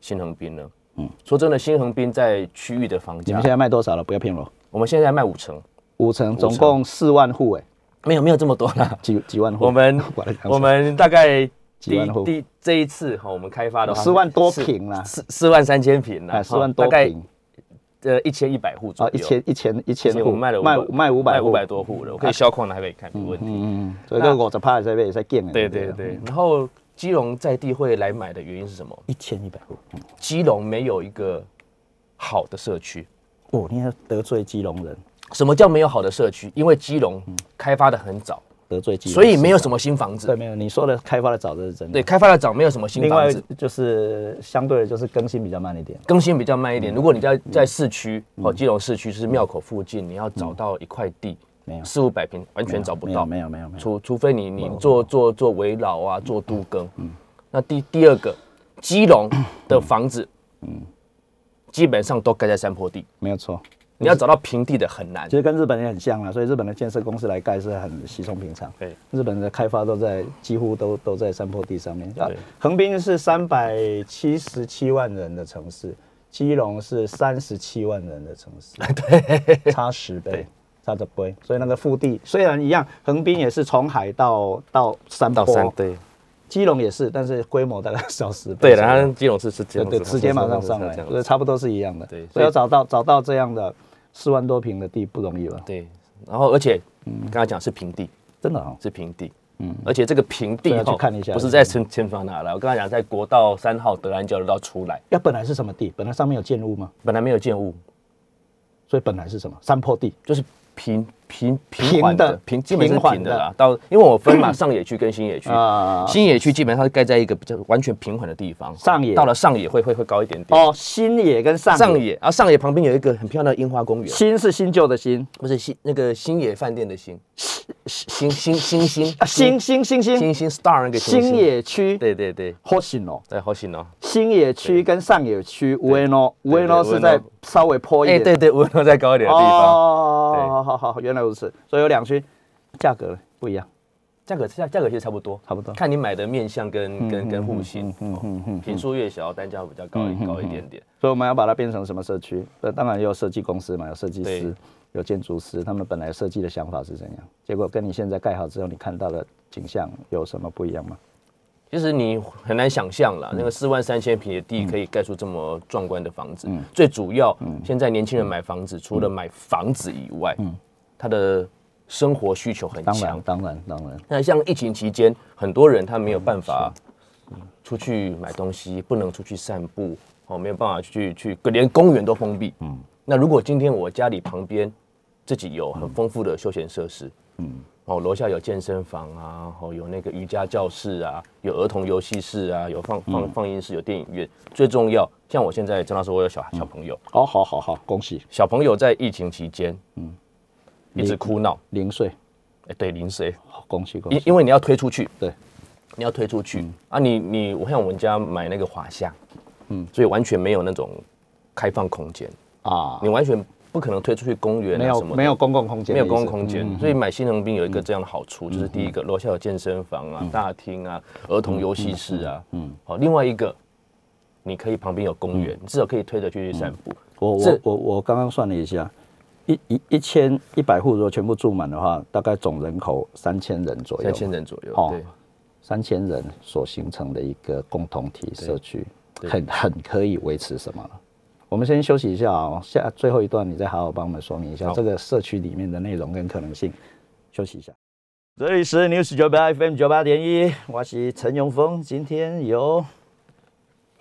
新横滨呢？说真的，新横滨在区域的
嗯
房
你
价
们现，在卖多少了？不要骗我，
我们现在卖五成，
五成，总共四万户哎、
没有没有这么多
<laughs>
啦。
几几万户？
我
<laughs>
们
来讲
我们大概
几
第
万户
第这一次哈，我们开发的话
四万多平啦，
四四万三千平啦，
哎，四万多
大概
平
呃一千一百户左
啊
右，，
一千一千一
其
千
实我
户，
们卖了
卖
500
卖五百
卖
户啊
五百，多户了，我可以销矿拿来给你看，没问题。
嗯，啊嗯所以这个五十趴在被在建，
对对对，，然后基隆在地会来买的原因是什么？
一千一百户，
基隆没有一个好的社区。
哦，你还得罪基隆人，
什么叫没有好的社区？因为基隆开发的很早，
得罪基隆市
所
场，
以没有什么新房
对
子。
没有你说的开发的早这是真的，
对，，开发的早，没有什么新
啊另外
房子，
就是相对的就是更新比较慢一点，
更新比较慢一
嗯
点。如果你在在市区哦，基隆市区就是庙口附近，你要找
嗯
到一块地
没有
四五百平，完全找不
没
到
有。没有没有没有，嗯
除除非你你做做做围绕啊，做都更。那第第二个，基隆的房子，
嗯
基本上都盖在山坡地，
没有错。
你要找到平地的很难
其。实跟日本也很像啦，所以日本的建设公司来盖是很稀松平常。
对，
日本的开发都在几乎都都在山坡地上面。啊
对，
横滨是三百七十七万人的城市，基隆是三十七万人的城市，对，差十倍
<laughs> 对，
差着倍。所以那个腹地虽然一样，横滨也是从海到到山坡，
对
基隆也是，但是规模大概少十倍。
对，然后基隆市是
对
这样子
对，直接马上上来，
这样
所以
子
差不多是一样的。
对所以
所以要找到找到这样的四万多平的地不容易了，
对，然后而且
嗯
刚才讲是平地，
真的哦。
是平地。嗯，而且这个平地
对啊
吼
去看一下
不是在千千方那来，我刚才讲在国道三号德兰交流道出来，
要本来是什么地？本来上面有建物吗？
本来没有建物，
所以本来是什么山坡地？
就是平平
平
平缓的
的
平，基本是
平缓
平的啦。到因为我
<clears throat>
分嘛，上野区跟新野区
啊，
新野区基本上是盖在一个比较完全平缓的地方。
上野
到了上野会会会高一点点。
哦，新野跟上
上野，啊，上野旁边有一个很漂亮的樱花公园，
新是新旧的新
不是新那个新野饭店的新，新新新新
啊，新新新
新
新
新 star 那个星
新，野区，
对对对，
好新哦，
对，好新哦。
新野区跟上野区乌埃诺乌埃诺
对对
是在
乌埃诺
稍微坡一
哎，
点，
对对，温度再高一点的地方，对
哦，好好好，原来如此，所以有两区，价格不一样，
价格价价格其实差不多，
差不多
看你买的面向跟跟跟户型，哦
嗯嗯嗯。
平数越小，单价会比较高一高一点点。
所以我们要把它变成什么社区？呃，当然也有设计公司嘛，有设计师
对，
有建筑师，他们本来设计的想法是怎样？结果跟你现在盖好之后你看到的景象有什么不一样吗？
其实你很难想象
嗯
啦，那个四万三千平的地可以盖出这么壮观的房子。
嗯
最主要，现在年轻人买房子，除了买房子以外，他的生活需求很
嗯当然
强，。
当然，当然，
那像疫情期间，很多人他没有办法出去买东西，不能出去散步，哦，没有办法去去，连公园都封闭。嗯，那如果今天我家里旁边自己有很丰富的休闲设施，嗯，哦，楼下有健身房啊，哦，有那个瑜伽教室啊，有儿童游戏室啊，有放放放映室，有电影院。最重要，像我现在张老师，我有小小朋友，
好哦好好好，恭喜
小朋友在疫情期间，嗯，一直哭闹，
零岁，
哎，对，零食，
好恭喜恭
因
喜，
因为你要推出去。
对，嗯
你要推出去、啊你！你我像我们家买那个华夏，嗯，所以完全没有那种开放空间，
啊
你，完全不可能推出去公园
没
啊
有
什么的，
没有公共空间
没
的意
有
思，嗯
公共空间，所以买新横滨有一个这样的好处，就是第一个楼下有健身房啊、大厅啊、
嗯
儿童游戏室啊，嗯，好，另外一个你可以旁边有公园，
嗯
至少可以推着去散步。
我我
这
我我刚刚算了一下，一一一千一百户如果全部住满的话，大概总人口三千人左右，
三千人左右，
哦
对，
三千人所形成的一个共同体社区，
对
很很可以维持什么？我们先休息一下哦，下最后一段你再好好帮我们说明一下
好
这个社区里面的内容跟可能性。休息一下。这里是 News 九八 FM 九八点一，我是陈永峰，今天由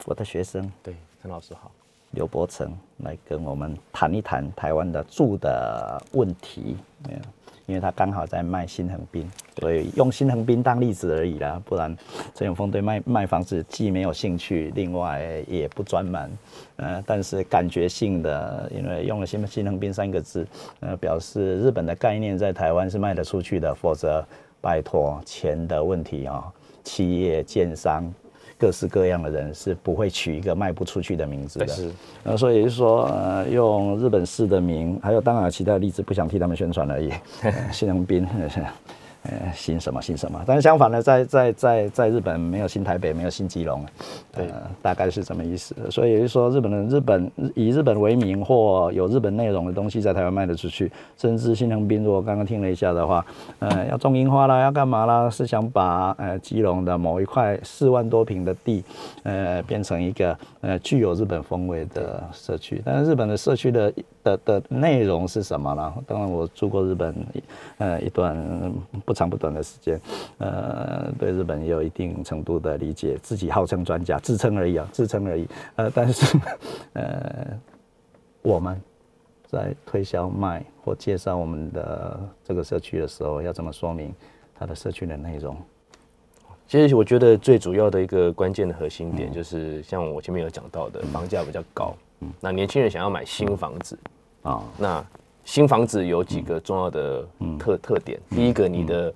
我的学生
对，陈老师好。
刘伯承来跟我们谈一谈台湾的住的问题。嗯，因为他刚好在卖新恒滨，所以用新恒滨当例子而已啦。不然陈永峰对卖卖房子既没有兴趣，另外也不专门。呃，但是感觉性的，因为用了新新恒滨三个字，呃，表示日本的概念在台湾是卖得出去的，否则拜托钱的问题啊、企业建商。各式各样的人是不会取一个卖不出去的名字的，
对是啊
呃，所以就是说，呃，用日本式的名，还有当然有其他的例子，不想替他们宣传而已。 <laughs> 呃新人兵，呃，姓什么姓什么？但是相反呢，在在在在日本没有新台北，没有新基隆，
对
呃，大概是什么意思？所以也就是说，日本人日本以日本为名或有日本内容的东西在台湾卖得出去，甚至新人兵，如果刚刚听了一下的话，呃，要种樱花啦，要干嘛啦？是想把呃基隆的某一块四万多平的地，呃，变成一个呃具有日本风味的社区。但是日本的社区的的的内容是什么呢？当然，我住过日本，呃，一段不长不短的时间，呃，对日本也有一定程度的理解，自己号称专家，自称而已啊，自称而已。呃，但是， <laughs> 呃，我们在推销卖或介绍我们的这个社区的时候，要怎么说明它的社区的内容？
其实我觉得最主要的一个关键的核心点，
嗯
就是像我前面有讲到的，房价比较高，那年轻人想要买新房子，
啊、嗯
那新房子有几个重要的特特点，第一个你的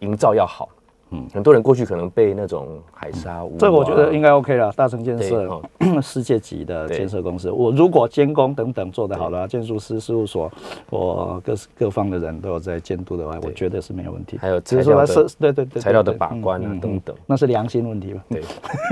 营造要好，嗯，很多人过去可能被那种海沙屋啊，
嗯这个我觉得应该 OK 了，大成建
对
设
哦
世界级的
对
建设公司，我如果监工等等做得好了，建筑师事务所或各各方的人都有在监督的话，我觉得是没有问题。
还有
只是
材
说它
料的
设对对对
材料的
对对
把关啊
嗯嗯
等等
嗯那是良心问题吧？ <laughs>
对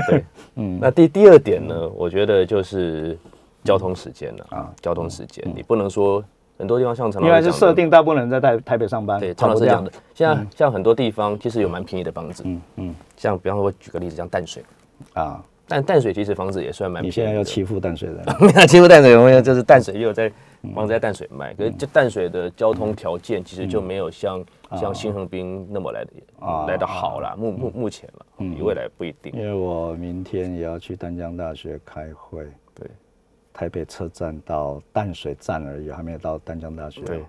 对，嗯。那第第二点呢，我觉得就是交通时间了
嗯
啊
啊，
交通时间，你不能说很多地方像陈老
因
师
为
讲
是
的
设定大部分人在台台北上班，
对，陈
跑
老
不
师
掉
讲的，，现在像很多地方其实有蛮便宜的房子，嗯嗯
嗯，
像比方说我举个例子，像淡水，
啊，
但淡水其实房子也算蛮
你
便宜的。
现在要欺负淡水人， <laughs>
<laughs> 欺负淡水，我们就是淡水也有在
嗯
房子在淡水卖，可是就淡水的交通条件其实就没有像像新横滨那么来的
嗯啊嗯
来的好啦，目目目前了，以未来不一定
因。为我明天也要去丹江大学开会，
对
台北车站到淡水站而已，还没有到丹江大学。
对，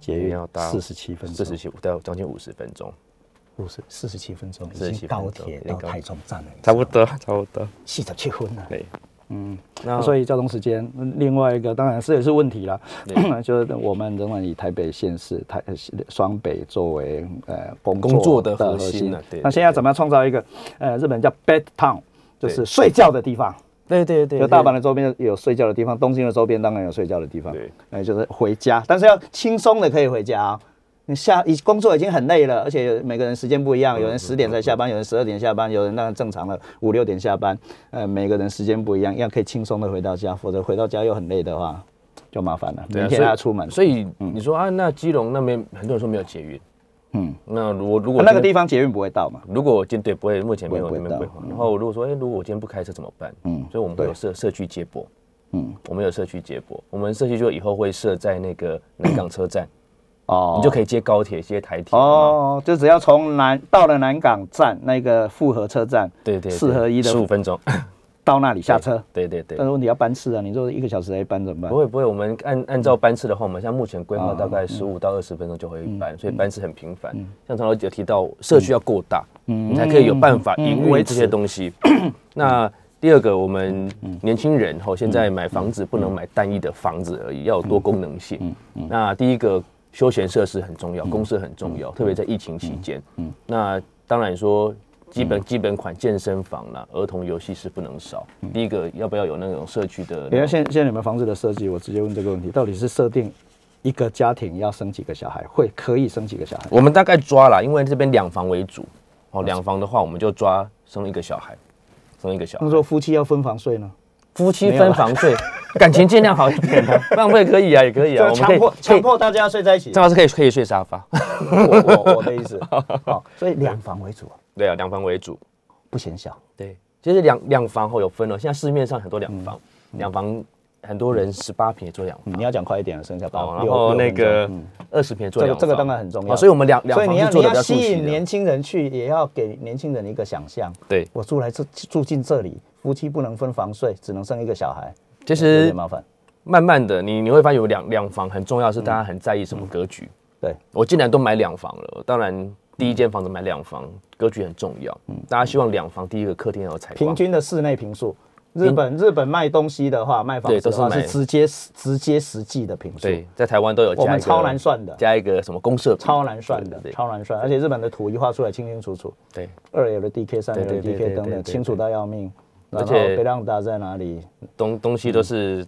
捷
你
运
要搭
四十七分钟，
四十七，大概将近五十分钟，
五十四十七分钟，
47
已经高铁
分钟
到台中站了，
差不多，差不多。
四十七分了。
啊对，那
嗯所
以
以交通时间，另外一个当然是也是问题啦， <clears throat> 就是我们仍然以台北县市、台呃双北作为呃工
工作的核
核
心啊对
那
对
现在
对
怎么样创造一个呃日本叫 bed town，就是睡觉的地方？
对对对，
就大阪
的
的周边有睡觉的地方，东京的周边当然有睡觉的地方。
对，
哎，就是回家，但是要轻松的可以回家、哦。你下已工作已经很累了，而且每个人时间不一
嗯
样，有人十点才下班，有人十二点下班，有人当然正常了五六点下班。呃，每个人时间不一样，要可以轻松的回到家，否则回到家又很累的话，就麻烦了。
对
明
啊
天
所以
还要出门，
所以你说啊，那基隆那边很多人说没有捷运，嗯
嗯，
那如果如
啊
果
那个
今天
地方捷运不会到嘛？
如果我今对不会，目前没有
不
那
会不会
边规
到
划。然后如果说，哎，如果我今天不开车怎么办？嗯
嗯，
所以我们会有
对
社社区接驳，嗯
嗯，
我们有社区接驳，我们社区就以后会设在那个南港车站，
哦，
你就可以接高铁、接台铁。哦，
哦，就只要从南到了南港站那个复合车站，
对对，
四合一的
十五分钟
到那里下车。
对对对
但，是问题要班次啊，你说一个小时才一班怎么办
不？会啊不会，我们按按照班次的话，我们像目前规划大概十五到二十分钟就会一班，所以班次很频繁。像常老姐有提到，社区要够大，你才可以有办法营运这些东西。那第二个，我们年轻人吼，现在买房子不能买单一的房子而已，要有多功能性。那第一个，休闲设施很重要，公司很重要，特别在疫情期间。那当然说。基本基本款健身房啦，儿童游戏是不能少。第一个要不要有那种社区的
你
那
看
种？
现现在你们房子的设计，我直接问这个问题，到底是设定一个家庭要生几个小孩，会可以生几个小孩？
我们大概抓了，因为这边两房为主，哦，两房的话我们就抓生一个小孩，生一个小孩
那，时候夫妻要分房睡呢？
夫妻分房睡， <laughs> 感情尽量好一点啊，浪费可以啊，也可以啊，
<laughs> 就
我
强
们可以
迫
可以
强，迫大家要睡在一起。
张老师可以可以睡
<laughs>
沙发，
我我我的意
<laughs>
思，好，所以两房为主，
对啊，两房为主，
不嫌小。
哦对，其实两两房后有分了，现在市面上很多两房，两房很多人十八平也做两
嗯
房
你。要讲快一点，剩下八
哦，，然
六六
后那
分钟
个
嗯
二十平也做
这个
两房，
这个当然很重要
哦所以我们两两
所以
房
你
是
要
做
你
的比
要
较啊出
吸
奇
引
的
年。轻人去，也要给年轻人一个想象。
对，
我住来这住进这里，夫妻不能分房睡，只能生一个小孩，
其
有
实
点麻烦。
慢慢的，你你会发现有两两房很重要，是大家很在意什么格局。
对，
我既然都买两房了，当然第一间房子买两房，格局很重要。大家希望两房第一个客厅要有采光
平，均的室内平数，日本日本卖东西的话，卖房
对
子
都
的
是
话
买
是直接直接实际的平数，
对，在台湾都有加
我们
一个
超难算的
加一个什么公社比
超难算
对
的，
对
超难算。而且日本的图一画出来清清楚楚，
对，
二 L DK、三
对
L
对对对
DK 等
对对
等，清楚到要命。
而
然后
且
贝浪达在哪里？
东东西都是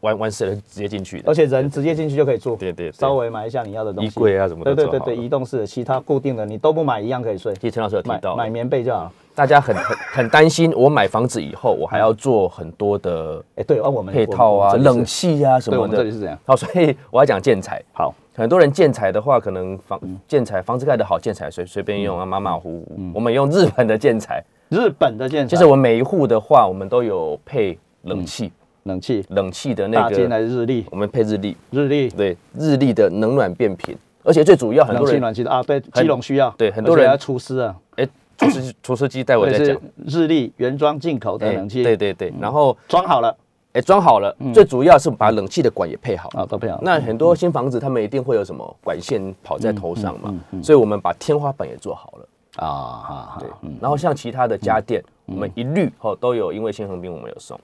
完完事了直接进去的
而，且人直接进去就可以住，
对对对
稍微买一下你要的东西，
衣柜啊什么的
对对对
做好了
对，移动式的，其他固定的你都不买，一样可以睡。
其实陈老师有提
买
到，
买棉被就好了。
大家很很很担心，我买房子以后，我还要做很多的
哎，对，哦，我们
配套
我们
啊、
这里是
冷气啊什
对，我
么
们这
的
里。是这样。
好，所以我要讲建材。
好，嗯
很多人建材的话，可能房建材房子盖得好，建材随随便用啊，马马虎虎。我们用日本的建材，
日本的建材，
其实我每一户的话，我们都有配冷气，
冷气，
冷气的
嗯
那
大金来
个
日历，
我们配日历，
日历，
对，日历的冷暖变频，而且最主要很
冷
多
气、
人
暖气的啊，对，基隆需要，
对很多人
而且要厨师啊，
哎，
<coughs>
厨师厨师机待会
对，
再
是
讲，
日历原装进口的
哎
冷气，嗯
对，对对，然后
装好了
哎装好了，最主要是把冷气的管也配好。
啊，都配好了。
那很多新房子，他们一定会有什么管线跑在头上
嗯
嘛，所以我们把天花板也做好了。
啊，哈哈，嗯
然后像其他的家电，我们一律哦都有，因为新横滨我们有送。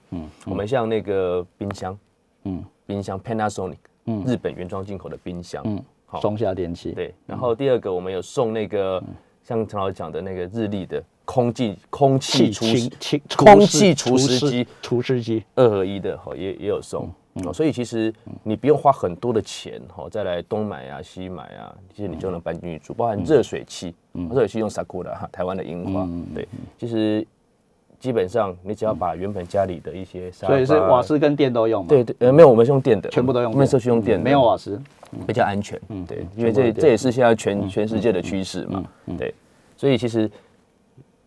我们像那个冰箱，
嗯
冰箱 Panasonic，日本原装进口的冰箱，
嗯，
好
松下电器，
对。然后第二个我们有送那个，
嗯
像陈老师讲的那个日立的空气空
气
气除
清
湿
清
空气除湿机，
除湿机，
二合一的哈，也也有送、
嗯
哦，所以其实你不用花很多的钱哈、再来东买啊西买啊，其实你
嗯
就能搬进去住，包含热水器，哦热水器用 Sakura 哈，台湾的樱
嗯
花，对，其实基本上你只要把原本家里的一些沙发，
所以是瓦，斯跟电都用嘛，
对对，呃没有，我们是用电的，
全部都用
我
电，嗯
们社区用电的，
没有瓦斯。
比较安全，嗯，对，因为
全部都是
这
嗯
这也是现在全、全世界的趋势嘛，对，所以其实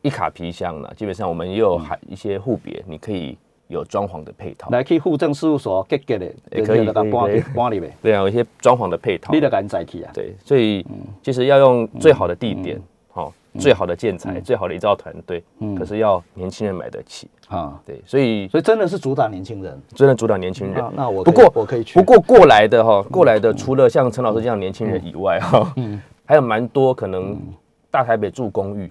一卡皮箱呢，基本上我们也有还一些户别，你可以有装潢的配套，
来去户政事务所 get get 的，
欸可以
人家就把搬
可以可以
去搬入呗，
对啊，有一些装潢的配套
你，得赶载去啊。
对，所以其实要用最好的地
嗯
点，好，最好的建材，最好的一造团队，可是要年轻人买得起，
啊，
对，所以
嗯所以真的是主打年轻人。
真的主导年轻人
那。那我
不
可以
过
我可以去。嗯
不过过来的哈，过来的除了像陈老师这样的年轻人以外哈，还有蛮多可能
嗯
大台北住公寓，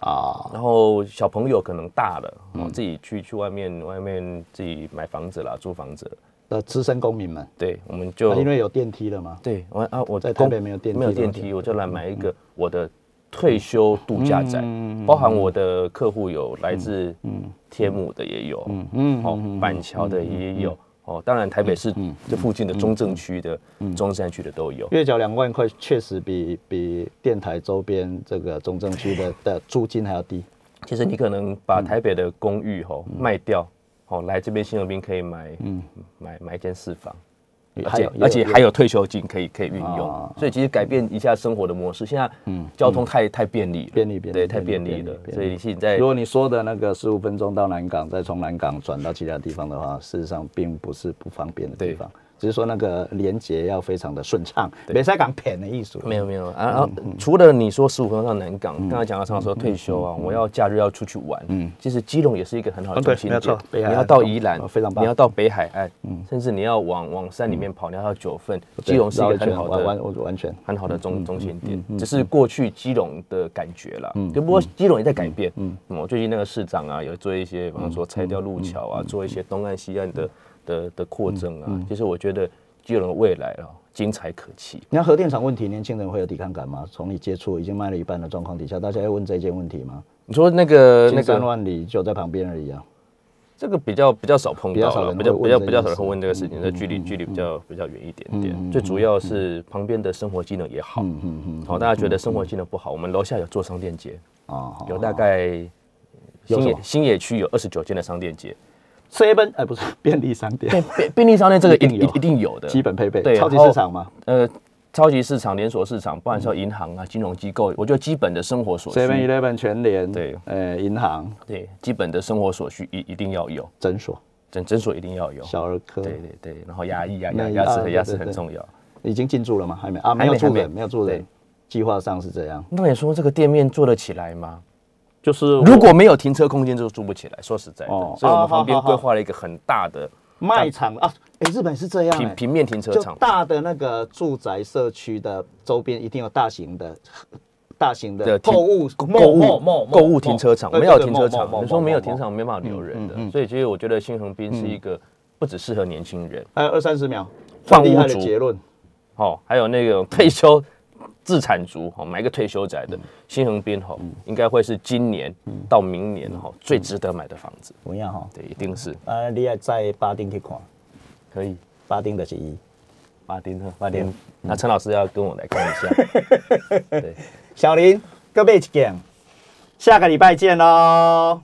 啊，
然后小朋友可能大了，哦，
嗯
自己去去外面外面自己买房子啦，租房子了，
的资深公民们，
对，我们就
啊因为有电梯了嘛，
对，我啊，我
在台
公
北没有电梯
没有
的
电
东西
梯，我就来买一
嗯
个我的退休度假宅，包
嗯
含我的客户有来自天母的也有，
嗯
哦，板桥的也有，哦，当然台北市这附近的中
嗯
正区的、中山区的都有。
月缴两万块，确实比比电台周边这个中正区
<laughs>
的的租金还要低。
其实你可能把
嗯
台北的公寓吼卖掉，哦，来这边新河滨可以买，
嗯
买买一间四房。而且而且还有退休金可以可以运用
啊，嗯
所以其实改变一下生活的模式。现在交通太太便利了，
便利便利
对，太便
便利
利了
便利。便利
所以现在
如果你说的那个十五分钟到南港，再从南港转到其他地方的话，事实上并不是不方便的地方，只是说那个连接要非常的顺畅，别再讲偏的艺术。
没有没有
嗯
啊，然后除了你说十五分钟到南港，刚才讲到常常说退休啊，我要假日要出去玩，其实基隆也是一个很好的
嗯对
中心
没有
点
错。
你
北海岸
要到宜
嗯
兰
哦，非常棒
你要到北海岸，
嗯
甚至你要往往山里面跑，你要到九份，
对
基隆是一
嗯绕
个
一圈
很好
完
的。
完完全
很好的
嗯
中中心点，只是过去基隆的感觉啦。
嗯
就不过基隆也在改变。嗯，我最近那个市长啊，有做一些，比方
嗯
说拆掉路桥啊，做一些东岸西岸的的的扩增
嗯
啊。其实我觉得基隆的未来啊，精彩可期。
你看核电厂问题，年轻人会有抵抗感吗？从你接触已经卖了一半的状况底下，大家要问这件问题吗？
你说那个呃那
那
个
三万里就在旁边而已啊。
这个比较比较少碰
比较
到
少
了，
人
比较
会
比
问
较
这
比较
件
少人会
事
问这个事情，那距
嗯
离距离比较比较远一点点。最主要是旁边的生活机能也好，
嗯
好，大家觉得生活机能不好，我们楼下有做商店街，
啊
有大概
有
新
什
野
么
新野区有二十九间的商店街，
，seven 哎不是 <laughs> 便利商店，
便便利商店这个
一
一
定有啊
一定有的，
基本配备
对，，
超级
然后
市场嘛
呃。超级市场、连锁市场，不管是要银行啊、金融机构，我觉得基本的生活所
，seven
需，
eleven 全联，
哦对
呃银行、
对基本的生活所需一一定要有。
诊所，
诊诊所一定要有。
小儿科
哦对对对，然后牙医牙
那
牙
一
牙齿
啊
很牙
对
齿
对
很
对
重要。
已经进驻了吗？还没啊，没
还没
有住
还没
人，没有住人
对，
计划上是这样，
那你说这个店面做得起来吗？
就是
如果没有停车空间，就住不起来。说实在的，
哦
所以我
啊
们旁边
好好好
规划了一个很大的
卖场啊，哎，日本是这样，
平
哎
平面停车
就
场，
大的那个住宅社区的周边一定有大型的、 <laughs> 大型的
的
购
停
物、
购物
购
购物停车场，
对
没有
对
停
某某
车场，
某
你说
某
没有
某
停车场没办法留人
嗯嗯嗯嗯
的，所以其实我觉得新横滨是一个不只适合年轻人，
还有呃二三十秒，最
换
厉
屋
害的
主
结论，
哦，还有那种退休自产族，哦，买一个退休
嗯
宅的新横滨，哦，应该会是今年到明
嗯
年，哦，最值得买的房子，
怎么样哈？
对，一定是
啊，你要在巴丁去看，
可以。
巴丁的是一，
马丁特，马丁，那陈老师要跟我来看一下，对。
小林，各位一见，下个礼拜见喽。